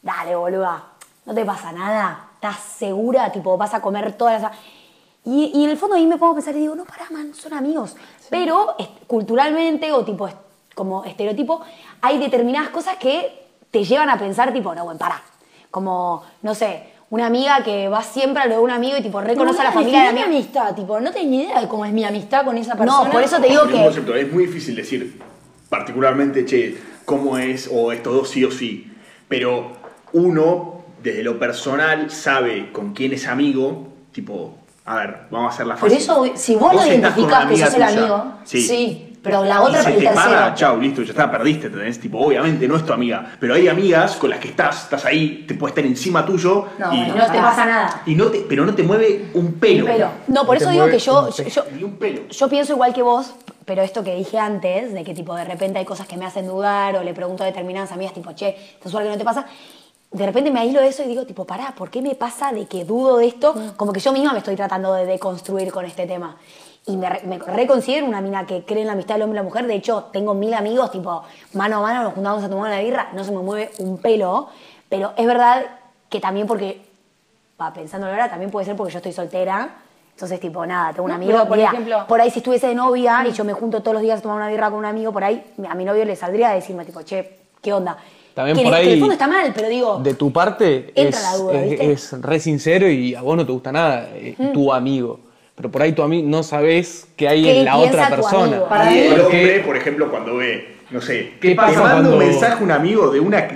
dale, boluda, no te pasa nada, estás segura, tipo, vas a comer todas las. Y, y en el fondo ahí me pongo a pensar y digo, no, pará, man, son amigos. Pero es- culturalmente o tipo, es- como estereotipo, hay determinadas cosas que te llevan a pensar, tipo, no, bueno, pará. Como, no sé, una amiga que va siempre a lo de un amigo y tipo reconoce a la
Boluda,
familia de la
definí
amiga.
mi amistad, tipo, no tenés ni idea de cómo es mi amistad con esa persona.
No, por eso te digo
Porque es un
que.
concepto, es muy difícil decir, particularmente, che, cómo es o estos dos sí o sí. Pero uno, desde lo personal, sabe con quién es amigo, tipo, a ver, vamos a hacer la
Por
fácil.
eso, si vos lo
estás con una
identificás que sos el
amiga tuya,
amigo,
sí.
pero la
Y
otra
se
el
te para,
tercero.
chau, listo, ya está, perdiste, ¿entendés? Tipo, obviamente no es tu amiga, pero hay amigas con las que estás, estás ahí, te puede estar encima tuyo
No,
y, Ah.
bueno,
No te pasa nada.
y no te, pero no te mueve un pelo.
Pero, no, por
Te
eso digo
mueve
que yo,
un
yo,
pelo.
yo-
Ni un pelo.
yo pienso igual que vos, pero esto que dije antes, de que tipo de repente hay cosas que me hacen dudar o le pregunto a determinadas amigas, tipo, che, ¿te suena que no te pasa? De repente me aíslo de eso y digo, tipo, pará, ¿por qué me pasa de que dudo de esto? Como que yo misma me estoy tratando de deconstruir con este tema. Y me, re- me reconsidero una mina que cree en la amistad del hombre y la mujer. De hecho, tengo mil amigos, tipo, mano a mano, nos juntamos a tomar una birra, no se me mueve un pelo. Pero es verdad que también porque va pensándolo ahora, también puede ser porque yo estoy soltera. Entonces, tipo, nada, tengo un
No,
amigo.
pero, por
mira,
ejemplo-
por ahí si estuviese de novia
Mm.
y yo me junto todos los días a tomar una birra con un amigo, por ahí a mi novio le saldría a decirme, tipo, che, ¿qué onda?
También
que, en
por
el- que
ahí-
en el fondo está mal, pero digo,
De tu parte
Entra
es,
la duda,
es-
¿viste? Mm.
es re sincero y a vos no te gusta nada eh, tu amigo. Pero por ahí tu amigo no sabés qué hay
¿Qué
en la
piensa
otra
tu
persona.
amigo? Para
Y el
Porque-
hombre, por ejemplo, cuando ve, no sé,
¿Qué
te
pasa
manda
cuando-
un mensaje un amigo de una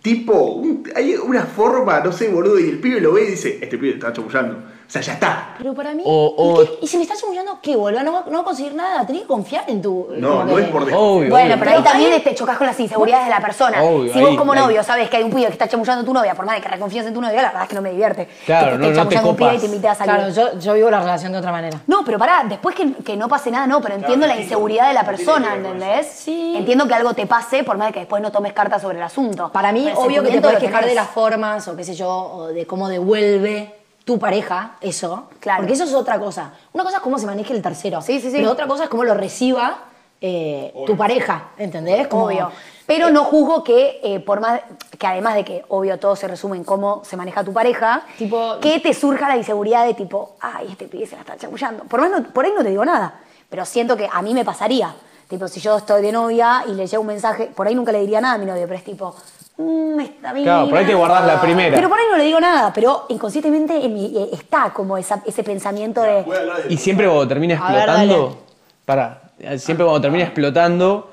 tipo, un- hay una forma, no sé, boludo, y el pibe lo ve y dice, este pibe está chamullando. O sea, ya está.
Pero para mí,
O-
¿y
o-
qué? ¿y si me estás humillando qué, boludo? No, va- no va a conseguir nada, tenés que confiar en tu...
No,
como
no
que-
es por de-
Obvio,
bueno,
obvio.
pero ahí
Pero
también
ahí-
este, chocas con las inseguridades de la persona.
Obvio,
si vos
ahí,
como
ahí.
novio sabes que hay un pibe que está chamullando a tu novia, por más de que reconfíes en tu novia, la verdad es que no me divierte. que
Claro, no- no te
esté chamullando un pibe y
copas.
te invité a salir.
Claro, yo, yo vivo la relación de otra manera.
No, pero pará, después que, que no pase nada, no, pero entiendo la inseguridad de la persona, ¿entendés?
Sí.
Entiendo que algo te pase, por más de que después no tomes cartas sobre el asunto.
Para mí,
Pero el
obvio que te
sentimiento
puedes
lo
quejar de
tenés.
las formas o qué sé yo, o de cómo devuelve tu pareja eso.
Claro.
Porque eso es otra cosa. Una cosa es cómo se maneje el tercero.
Sí, sí, sí.
Pero otra cosa es cómo lo reciba eh, tu pareja, ¿entendés? Como-
Obvio. Pero no juzgo que, eh, por más que además de que, obvio, todo se resume en cómo se maneja tu pareja,
Tipo-
que te surja la inseguridad de tipo, ay, este pibe se la está chamullando. Por, más no- por ahí no te digo nada, pero siento que a mí me pasaría. Tipo, si yo estoy de novia y le llega un mensaje, por ahí nunca le diría nada a mi novio, pero es tipo, mmm, esta
Claro, por ahí te
mina-
guardás la primera.
Pero por ahí no le digo nada, pero inconscientemente en mi- eh, está como esa- ese pensamiento de...
Y siempre cuando termina
A ver, dale.
explotando, para, siempre cuando termina explotando,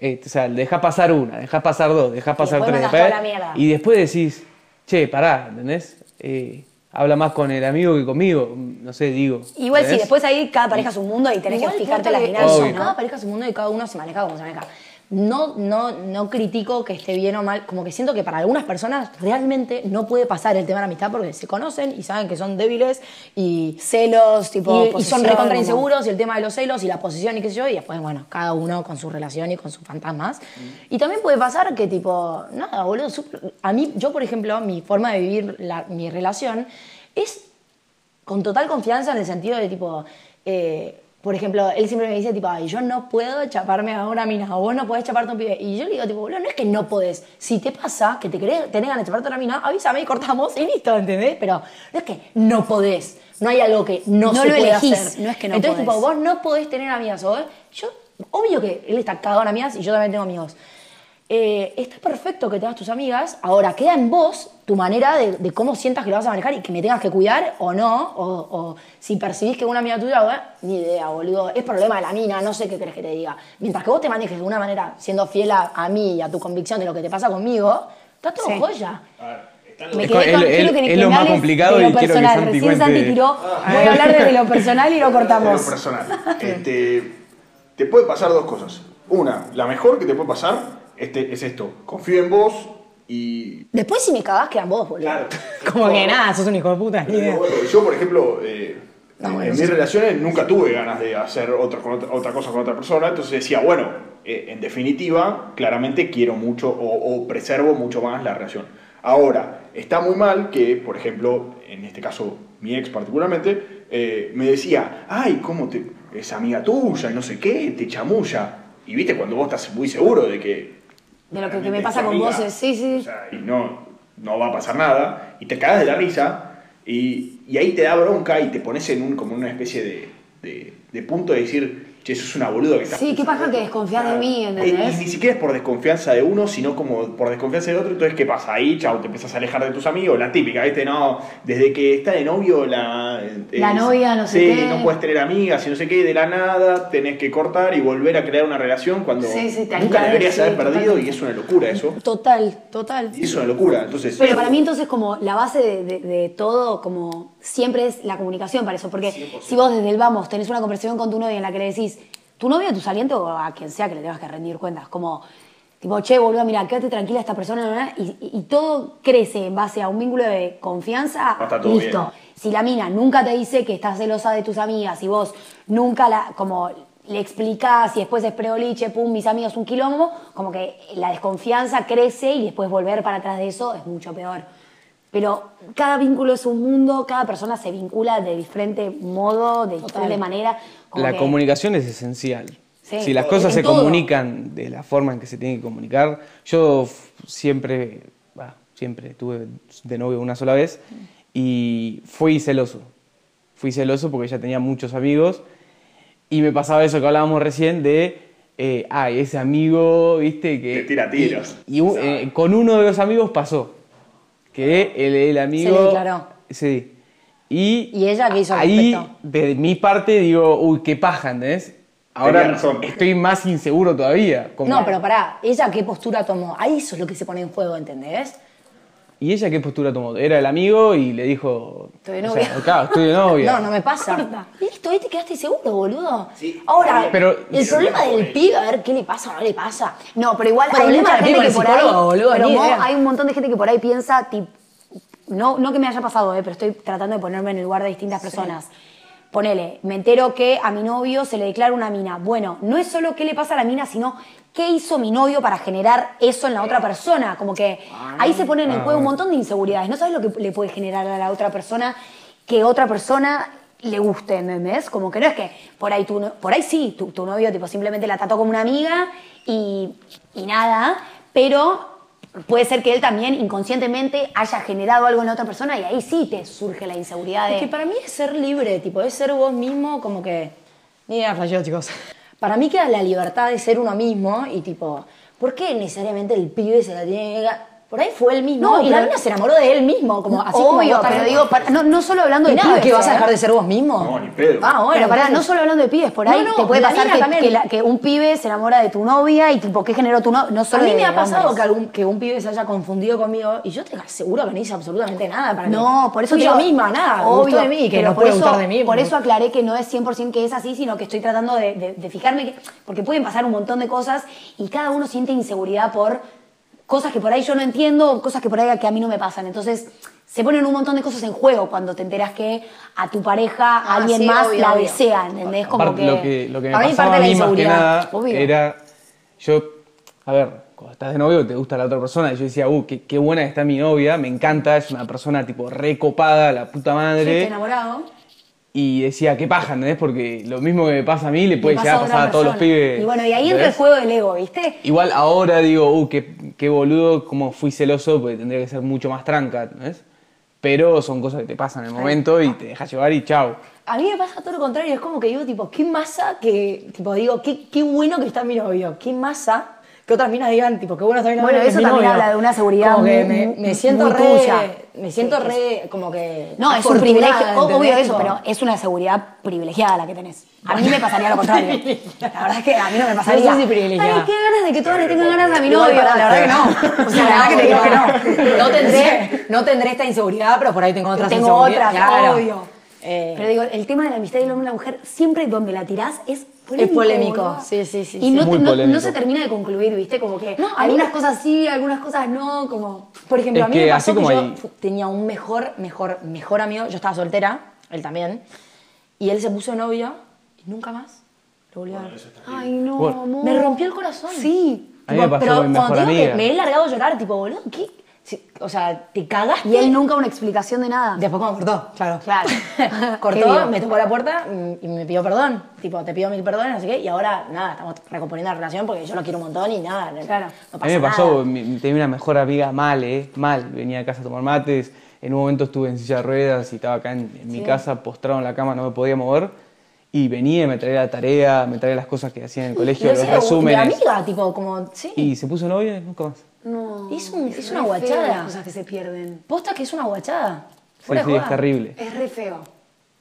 eh, o sea, dejas pasar una, dejas pasar dos, dejas pasar
después mandas
tres,
toda
después-
la mierda.
y después decís, che, pará, ¿entendés? Eh, habla más con el amigo que conmigo, no sé, digo.
Igual sí,
¿entendés?
después ahí cada pareja es un mundo y tenés
Igual
que fijarte
ponte
las
que
dinámicas.
eso,
Obvio.
Cada pareja es un mundo y cada uno se maneja como se maneja. No, no, no critico que esté bien o mal, como que siento que para algunas personas realmente no puede pasar el tema de la amistad porque se conocen y saben que son débiles y
Celos,
Y,
tipo...
y son
posesión,
recontra
como-
inseguros y el tema de los celos y la posición y qué sé yo, y después, bueno, cada uno con su relación y con sus fantasmas.
Mm.
Y también puede pasar que, tipo, nada, boludo, sup- a mí, yo, por ejemplo, mi forma de vivir la- mi relación es con total confianza en el sentido de, tipo, eh, por ejemplo, él siempre me dice, tipo, ay, yo no puedo chaparme a una mina, o vos no podés chaparte a un pibe. Y yo le digo, tipo, boludo, no es que no podés. Si te pasa que te querés, tenés ganas de chaparte a una mina, avísame y cortamos y listo, ¿entendés? Pero no es que no podés. No hay algo que no
No
se
lo
puede
elegís,
hacer.
no es que no
Entonces,
podés.
tipo, vos no podés tener amigas. O, yo, obvio que él está cagado en amigas y yo también tengo amigos. Eh, está perfecto que tengas tus amigas. Ahora, queda en vos tu manera de, de cómo sientas que lo vas a manejar y que me tengas que cuidar o no. O, o si percibís que una amiga tuya, bueno, ni idea, boludo. Es problema de la mina, no sé qué querés que te diga. Mientras que vos te manejes de una manera siendo fiel a, a mí y a tu convicción de lo que te pasa conmigo, está todo
Sí.
joya.
Me quedé
Es co-
con-
es-
quiero que-
es
que
lo
me
más
hables
complicado
de
y
lo
quiero que
personal.
Santi
Recién
cuente- Ah.
Santi tiró, voy a hablar desde lo personal y lo
Lo
cortamos.
personal. Este, te puede pasar dos cosas. Una, la mejor que te puede pasar este, es esto. Confío en vos, Y
Después si me cagás quedan vos, boludo.
Claro.
Como que nada, sos un hijo de puta. ni idea.
Bueno, yo, por ejemplo, eh,
No,
en-
bueno,
en
sí.
mis relaciones nunca tuve ganas de hacer otra, con otra, otra cosa con otra persona, entonces decía, bueno, eh, en definitiva, claramente quiero mucho o, o preservo mucho más la relación. Ahora, está muy mal que, por ejemplo, en este caso mi ex particularmente, eh, me decía, ay, ¿cómo te... es amiga tuya, no sé qué, te chamulla. Y viste, cuando vos estás muy seguro de que
De lo que, que
Realmente
me pasa con
amiga.
vos es, sí,
O
sí.
sea, y no, no va a pasar nada. Y te cagas de la risa. Y, y ahí te da bronca y te pones en un, como en una especie de, de- de punto de decir, che, sos una boluda que estás
Sí, qué
pensando
paja que
esto".
desconfías de
Claro.
mí,
Eh,
¿entendés?
Y ni siquiera es por desconfianza de uno, sino como por desconfianza del otro. Entonces, ¿qué pasa? Ahí, chao, te empezás a alejar de tus amigos. La típica, ¿viste? No, desde que está de novio, la. eh,
La
es-
novia, no sé
sí,
qué.
no puedes tener amigas y no sé qué, de la nada tenés que cortar y volver a crear una relación cuando
Sí, sí, te
nunca
aislás,
deberías
sí,
haber perdido y
totalmente.
es una locura eso.
Total, total.
Y es una locura, entonces.
Pero para mí entonces como la base de, de- de todo, como siempre es la comunicación para eso, porque si vos desde el vamos tenés una conversación con tu novia en la que le decís, tu novia, tu saliente o a quien sea que le tengas que rendir cuentas, como tipo, che, boludo, mira, quédate tranquila esta persona, na, na, y, y- y todo crece en base a un vínculo de confianza,
Ah, está todo
listo.
bien.
Si la mina nunca te dice que estás celosa de tus amigas y vos nunca la, como le explicás y después es preoliche, pum, mis amigos un quilombo, como que la desconfianza crece y después volver para atrás de eso es mucho peor. Pero cada vínculo es un mundo, cada persona se vincula de diferente modo, de diferente manera. como
La
que-
comunicación es esencial.
Sí,
si las
en
cosas se
todo.
comunican de la forma en que se tienen que comunicar, yo f- siempre, bah, siempre tuve de novio una sola vez y fui celoso. Fui celoso porque ella tenía muchos amigos y me pasaba eso que hablábamos recién de, eh, ay, ese amigo, viste, que...
Te tira tiros.
Y, y un- eh, con uno de los amigos pasó, que el, el amigo...
declaró.
Sí. Y,
¿Y ella qué hizo al
ahí,
respecto?
de mi parte, digo, uy, qué paja, ¿entendés? Ahora
Tenía razón.
estoy más inseguro todavía. como-
No, pero pará, ¿ella qué postura tomó? Ahí eso es lo que se pone en juego, ¿entendés?
¿Y ella qué postura tomó? Era el amigo y le dijo...
Estoy de
o
novia.
sea, claro, estoy de novia.
No, no me pasa.
Listo, ahí te quedaste seguro, boludo.
Sí.
Ahora,
Pero-
El
Pero
problema
no,
del
eh.
pibe, a ver qué le pasa o no le pasa.
No, pero igual
Pero
hay
hablemos
mucha
de
gente
con
que
el
por ahí.
psicólogo, boludo,
pero
ni
mo-
idea.
hay un montón de gente que por ahí piensa, tipo, no, no que me haya pasado, eh, pero estoy tratando de ponerme en el lugar de distintas personas. Ponele, me entero que a mi novio se le declara una mina. Bueno, no es solo qué le pasa a la mina, sino qué hizo mi novio para generar eso en la otra persona. Como que ahí se ponen en juego un montón de inseguridades. No sabes lo que le puede generar a la otra persona que otra persona le guste, ¿entendés? Como que no es que por ahí, tu, no- por ahí sí, tu, tu novio tipo, simplemente la trató como una amiga y, y nada, pero puede ser que él también inconscientemente haya generado algo en la otra persona y ahí sí te surge la inseguridad de...
Es que para mí es ser libre, tipo, es ser vos mismo, como que. Ni idea, flasheo, chicos. Para mí queda la libertad de ser uno mismo y, tipo, ¿por qué necesariamente el pibe se la tiene que. ga- Por ahí fue él mismo.
No,
y la
pero-
mina se enamoró de él mismo, como así como
Obvio,
vos
pero
también.
digo, para- no, no solo hablando
Y
de
nada,
pibes,
que vas a
¿eh?
dejar de ser vos mismo.
No, ni pedo.
Ah, bueno,
Pero pará,
entonces-
no solo hablando de pibes, por ahí
No, no,
te puede
la
pasar
mina
que,
también.
que la- que un pibe se enamora de tu novia y tipo, ¿qué generó tu novia? No
A
solo
mí
de
me ha pasado
hombres.
que, algún, que un pibe se haya confundido conmigo y yo te aseguro que no hice absolutamente nada para mí.
No, por eso
Fui
te
yo
digo-
misma, nada. me
Obvio,
gustó de mí, que
pero
no
por
puede
eso-
gustar de mí.
Por
porque-
eso aclaré que no es 100% que es así, sino que estoy tratando de, de- de fijarme, que- porque pueden pasar un montón de cosas y cada uno siente inseguridad por cosas que por ahí yo no entiendo, o cosas que por ahí que a mí no me pasan. Entonces, se ponen un montón de cosas en juego cuando te enteras que a tu pareja
Ah,
alguien
sí,
más
obvio,
la
obvio.
desea, ¿entendés? Como
Aparte,
que,
lo, que, lo que me
para mí
pasaba
parte de la
a mí más que
inseguridad,
nada
obvio.
era. Yo, a ver, cuando estás de novio te gusta la otra persona. Y yo decía, uh, qué, qué buena está mi novia, me encanta, es una persona tipo recopada, la puta
sí,
madre.
estoy enamorado.
y decía, qué paja, ¿entendés? Porque lo mismo que me pasa a mí le puede
le
llegar a
otra
pasar a todos los
persona.
pibes.
Y bueno, y ahí entra el
¿entendés?
juego del ego, ¿viste?
Igual ahora digo, uh, qué, qué boludo, cómo fui celoso, porque tendría que ser mucho más tranca, ¿entendés? Pero son cosas que te pasan en el momento y te dejas llevar y chao.
A mí me pasa todo lo contrario, es como que digo, tipo, qué masa que, tipo, digo, qué, qué bueno que está mi novio, qué masa que otras minas digan, tipo, qué bueno está mi novio.
Bueno,
que es
eso
mi
también
novio.
habla de una seguridad
Como que
muy-
me, me siento
muy
re,
tuya.
me siento
Sí,
re, como que
No, es un
afortunada,
privilegio, o-
¿entendés?
obvio eso,
Tipo,
pero es una seguridad privilegiada la que tenés. A mí me pasaría lo contrario. La verdad es que a mí no me pasaría.
No sé si privilegiada.
Ay, qué ganas de que todos le tengan ganas a mi
Igual,
novio.
pará,
La verdad que no. O sea, la verdad que te digo que no.
no. No tendré, no tendré esta inseguridad, pero por ahí tengo otras
Tengo
inseguridades.
otras,
claro.
obvio.
Eh.
Pero digo, el tema de la amistad del hombre y la mujer, siempre donde la tirás es polémico.
Es polémico,
boluda.
sí, sí, sí,
Y
sí.
No,
Muy
no- no
polémico.
se termina de concluir, ¿viste? Como que
No, a mí
algunas
me-
cosas sí, algunas cosas no, como...
Por ejemplo,
Es
a mí me
que
pasó
así como
que
hay-
yo fu- tenía un mejor, mejor, mejor amigo. Yo estaba soltera, él también. Y él se puso novio y nunca más lo volví a ver.
Ay, no,
Bueno.
amor.
Me rompió el corazón.
Sí.
A mí me pasó
pero
con mi
cuando
mejor
te digo que
amiga.
me he largado a llorar, tipo, boludo, ¿qué? Si- o sea, te cagaste.
Y él nunca una explicación de nada.
Después cuando cortó, claro.
Claro. ¿Qué
cortó,
digo?
me tocó la puerta mm, y me pidió perdón. Tipo, te pido mil perdones, no sé qué. Y ahora, nada, estamos recomponiendo la relación porque yo lo quiero un montón y nada. no-
Claro.
no
a mí me
pasa
pasó,
nada.
mi- tenía una mejor amiga mal, ¿eh? Mal. Venía a casa a tomar mates. En un momento estuve en silla de ruedas y estaba acá en, en mi casa, postrado en la cama, no me podía mover. Y venía, y me traía la tarea, me traía las cosas que hacía en el colegio,
Y
los
así, De
resúmenes.
amiga, tipo, como, sí.
Y se puso novia y nunca más.
No.
Es un- es
re
una
feo
guachada.
Las cosas que se pierden.
Posta que es una guachada.
Sí,
Fuera de
sí, es
joda.
terrible.
Es re feo.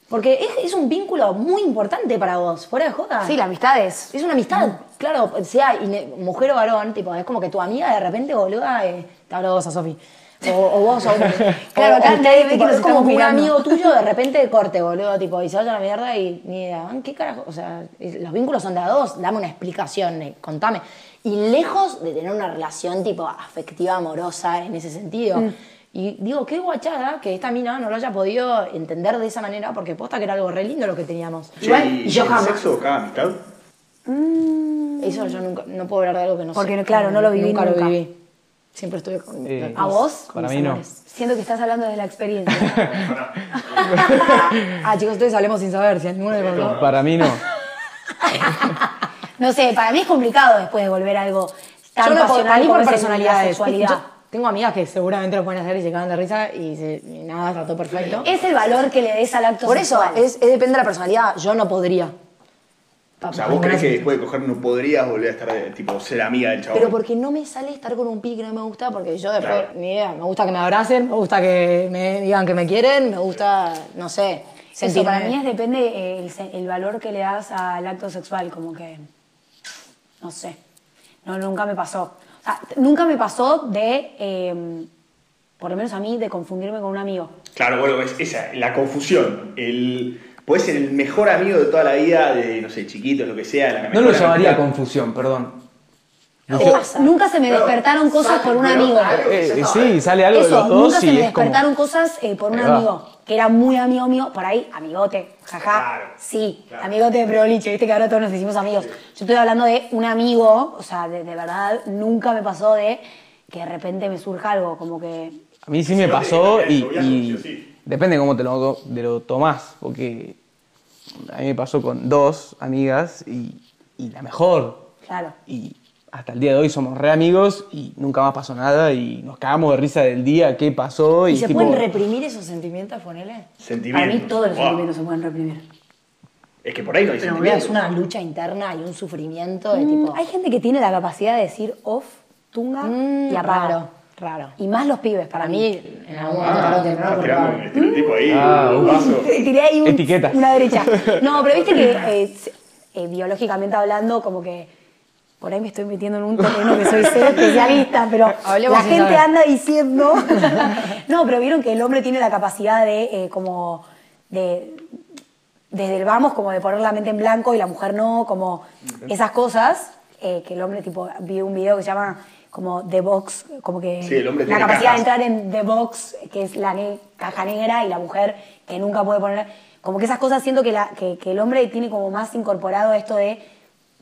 Porque es, es un vínculo muy importante para vos, fuera de joda.
Sí, la amistad es...
Es una amistad, claro, sea ine- mujer o varón, tipo, es como que tu amiga de repente, boluda, eh, te hablo vos a Sofi. O, o vos, o
Claro,
o-
acá
o ustedes,
nadie ve
tipo,
que nos
es como que
estamos
un
mirando.
amigo tuyo de repente corte, boludo, tipo, y se vaya a la mierda y ni idea. Man, ¿Qué carajo? O sea, es- los vínculos son de a dos, dame una explicación, eh, contame. Y lejos de tener una relación, tipo, afectiva, amorosa, en ese sentido.
Mm.
Y digo, qué guachada que esta mina no lo haya podido entender de esa manera, porque posta que era algo re lindo lo que teníamos.
Che,
Igual,
¿y
y yo
el
jamás.
sexo cada amistad?
Eso yo nunca, no puedo hablar de algo que no
Porque,
sé.
claro, no lo viví nunca.
lo viví. Siempre estuve con...
Eh,
¿A vos?
con
Para
mis
mí no.
amores.
Siento que estás hablando desde la experiencia.
Ah, chicos, ustedes hablemos sin saber. Si alguno le contó.
Para mí no.
No sé, para mí es complicado después de volver a algo tan
Yo no puedo,
pasional
para mí
como
por
es la
personalidades.
sexualidad.
Yo tengo amigas que seguramente lo pueden hacer y se cagan de risa y, se- y nada, está todo perfecto.
Es el valor que le des al acto
Por eso,
sexual.
es, es- depende de la personalidad. Yo no podría.
O sea, ¿vos crees que después de coger no podrías volver a estar, eh, tipo, ser amiga del chabón?
Pero porque no me sale estar con un pique que no me gusta, porque yo después,
Claro.
ni idea, me gusta que me abracen, me gusta que me digan que me quieren, me gusta, no sé,
Eso
sentirme...
para mí es depende eh, el, se- el valor que le das al acto sexual, como que no sé. No, nunca me pasó. O sea, t- nunca me pasó de, eh, por lo menos a mí, de confundirme con un amigo.
Claro, bueno, es esa, la confusión. El, podés ser el mejor amigo de toda la vida, de, no sé, chiquito, lo que sea. la
No
mejor
lo
amistad.
llamaría confusión, perdón.
Eh,
Yo-
Nunca se me
Pero,
despertaron cosas por un
pero,
amigo.
algo-
Eh, eh, sí, sale algo de
Eso,
los dos
nunca se
y
me
es como-
despertaron cosas eh, por un
Ahí va.
amigo que era muy amigo mío, por ahí, amigote, jaja.
Claro,
sí,
claro.
amigote de preoliche, viste que ahora todos nos hicimos amigos. Yo estoy hablando de un amigo, o sea, de, de verdad, nunca me pasó de que de repente me surja algo, como que.
A mí sí me
no te
pasó
digas,
y,
noviazgo, sí o
y
sí.
depende cómo te lo, te lo tomás, porque a mí me pasó con dos amigas y, y la mejor.
Claro.
Y hasta el día de hoy somos re amigos y nunca más pasó nada y nos cagamos de risa del día, qué pasó.
¿Y
Y,
se
tipo,
pueden reprimir esos sentimientos, ponele?
Para mí
Sentimientos.
todos los
Buah.
sentimientos se pueden reprimir.
Es que por ahí no hay
Pero boludo,
sentimientos.
es una lucha interna y un sufrimiento de
Mm,
tipo...
Hay gente que tiene la capacidad de decir off, tunga
Mm,
y apaga.
raro, raro.
Y más los pibes, para
Para
mí.
mí, en algún momento
Ah,
tarde o temprano,
Estás
por
tirando un
favor.
estereotipo ahí,
Ah,
un
uh.
vaso.
Te tiré ahí un-
Etiquetas.
una derecha. No, pero viste que eh, se- eh, biológicamente hablando, como que por ahí me estoy metiendo en un terreno que soy cero especialista, pero
Hablemos
la
sin
gente
saber.
anda diciendo. no, pero vieron que el hombre tiene la capacidad de, eh, como, de. Desde el vamos, como de poner la mente en blanco y la mujer no, como esas cosas. eh, que el hombre, tipo, vi un video que se llama como The Box, como que
Sí, el hombre
la
tiene
capacidad de
cajas.
entrar entrar en The Box, que es la ne- caja negra, y la mujer que nunca puede poner. Como que esas cosas siento que, la, que, que el hombre tiene como más incorporado esto de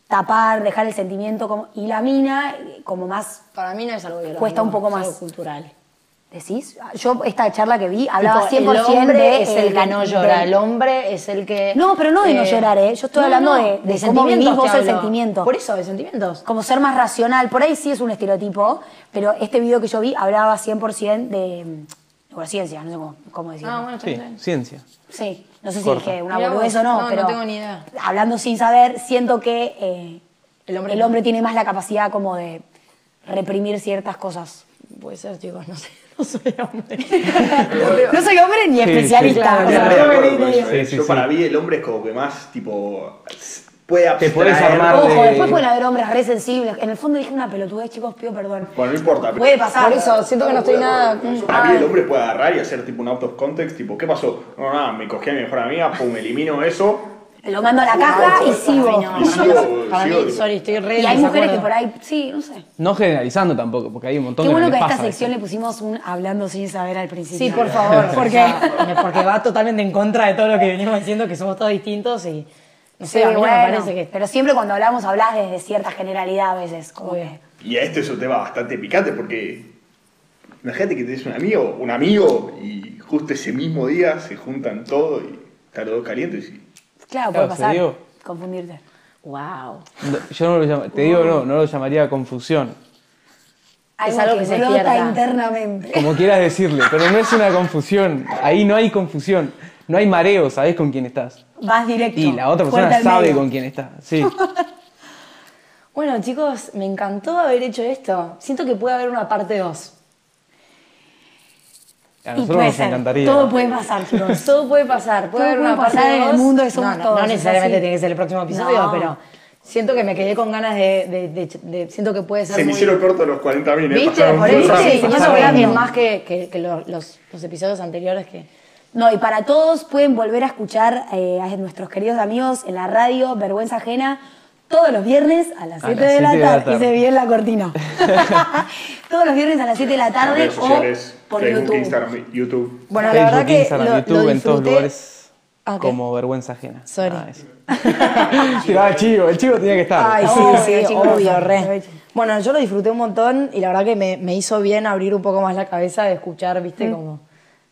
tapar, dejar el sentimiento, como, y la mina eh, como más.
Para mí no es algo biológico.
Cuesta un poco
es algo
más.
cultural.
¿Decís? Yo, esta charla que vi, hablaba
Tipo,
100%
el hombre
de.
es el que no
del-
llora, el hombre es el que...
No, pero no de no llorar, ¿eh? Yo estoy hablando de- de cómo
sentimientos
vivís vos
te
el
hablo.
sentimiento.
Por eso, de sentimientos.
como ser más racional. Por ahí sí es un estereotipo, pero este video que yo vi hablaba 100% de mm, neurociencia, no sé cómo, cómo decirlo.
Ah, bueno, está
Sí,
bien.
ciencia.
Sí, no sé
Corta.
si dije una
Mirá vos,
boludez o
no,
no,
no
pero
tengo ni idea.
hablando sin saber, siento que eh,
El
el,
hombre-
hombre, tiene más la capacidad como de reprimir ciertas cosas.
Puede ser, chicos, no sé. No soy hombre.
No soy hombre ni
Sí,
especialista.
sí,
o
sí,
sea, no
Estoy de
me
acuerdo con
diría.
eso, eh.
Sí, sí,
Yo
sí.
para mí el hombre es como que más tipo puede
Te podés
abstraer.
armar
Ojo,
de-
después pueden haber hombres re sensibles. En el fondo dije una pelotudez, chicos, pido perdón.
Bueno, no importa. pero-
Puede pasar.
Por eso, siento que no estoy nada.
A mí el
Ay.
hombre puede agarrar y hacer tipo un out of context, tipo, ¿qué pasó? No, nada, me cogí a mi mejor amiga, pum, elimino eso.
Lo mando a la caja y sigo.
Para
Y
mí,
sigo,
para
sigo.
mí, sorry, estoy re.
Y hay
en
mujeres que
desacuerdo.
por ahí, sí, no sé.
No generalizando tampoco, porque hay un montón
Qué
de
bueno
no
que
les
a esta
pasa
sección le pusimos un hablando sin saber al principio.
Sí, por favor,
Porque
porque, porque va totalmente en contra de todo lo que venimos diciendo, que somos todos distintos y no sé,
Sí,
a mí no
bueno,
me parece que...
Pero siempre cuando hablamos, hablas desde cierta generalidad a veces. Como
Obvio.
que-
Y a esto es un tema bastante picante porque imagínate que tenés un amigo, un amigo, y justo ese mismo día se juntan todos y están los dos calientes y
Claro,
Claro,
puede
se
pasar.
dio.
Confundirte.
Wow.
No, Yo no lo llamo- te digo, no, no lo llamaría confusión.
Algo
algo
que,
que se
brota
despierta.
internamente.
Como quieras decirle, pero no es una confusión. Ahí no hay confusión. No hay mareo, sabes con quién estás.
Vas directo.
Y la otra
fuerte
persona
al
sabe
medio.
con quién está. Sí.
Bueno, chicos, me encantó haber hecho esto. Siento que puede haber una parte 2.
A
Y
nosotros
puede
nos
ser.
encantaría.
Todo puede pasar, chicos.
Todo puede pasar, puede
Todo
haber
puede
una
pasar
parte
en el
dos.
mundo de Somos
no, no,
Todos,
No
es
necesariamente
así.
tiene que ser el próximo episodio,
No.
pero siento que me quedé con ganas de... de- de- de- siento que puede ser
se me
muy...
hicieron cortos los 40 mil. ¿eh?
¿Viste?
Pasaron
Por este,
muy
eso
rápido.
sí,
pasaron
siento que
rápido.
es más que, que- que lo- los, los episodios anteriores que...
No, y para todos pueden volver a escuchar eh, a nuestros queridos amigos en la radio Vergüenza Ajena todos los viernes a las
A
7
las
de, la
siete de la
tarde. Y se
tarde.
bien la cortina. todos los viernes a las 7 de la
Las
tarde
redes
o
sociales,
por
Facebook,
YouTube.
Instagram, YouTube.
Bueno,
Facebook,
la verdad que
Instagram,
lo-
YouTube,
lo
en todos
disfruté.
lugares.
Ah, ok.
Como vergüenza ajena.
Sorry.
Ah, eso. Tiraba el chivo, el chivo tenía que estar.
Ay, sí,
Obvio,
sí,
chicos,
obvio, re.
aprovechen.
Bueno, yo lo disfruté un montón y la verdad que me, me hizo bien abrir un poco más la cabeza de escuchar, viste, como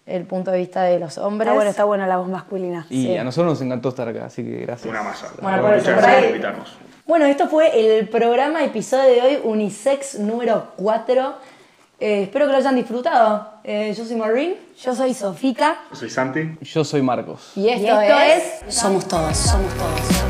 el punto de vista de los hombres.
Está bueno, está buena la voz masculina.
Y a nosotros nos encantó estar acá, así que gracias.
Una masa.
Bueno, por
muchas
eso, por
gracias por
ahí-
invitarnos.
Bueno, esto fue el programa episodio de hoy, Unisex número 4. Eh, espero que lo hayan disfrutado. Eh, yo soy Maureen.
Yo soy Sofica
Yo soy Santi.
Yo soy Marcos.
Y esto,
esto
es...
Somos todos, somos todos.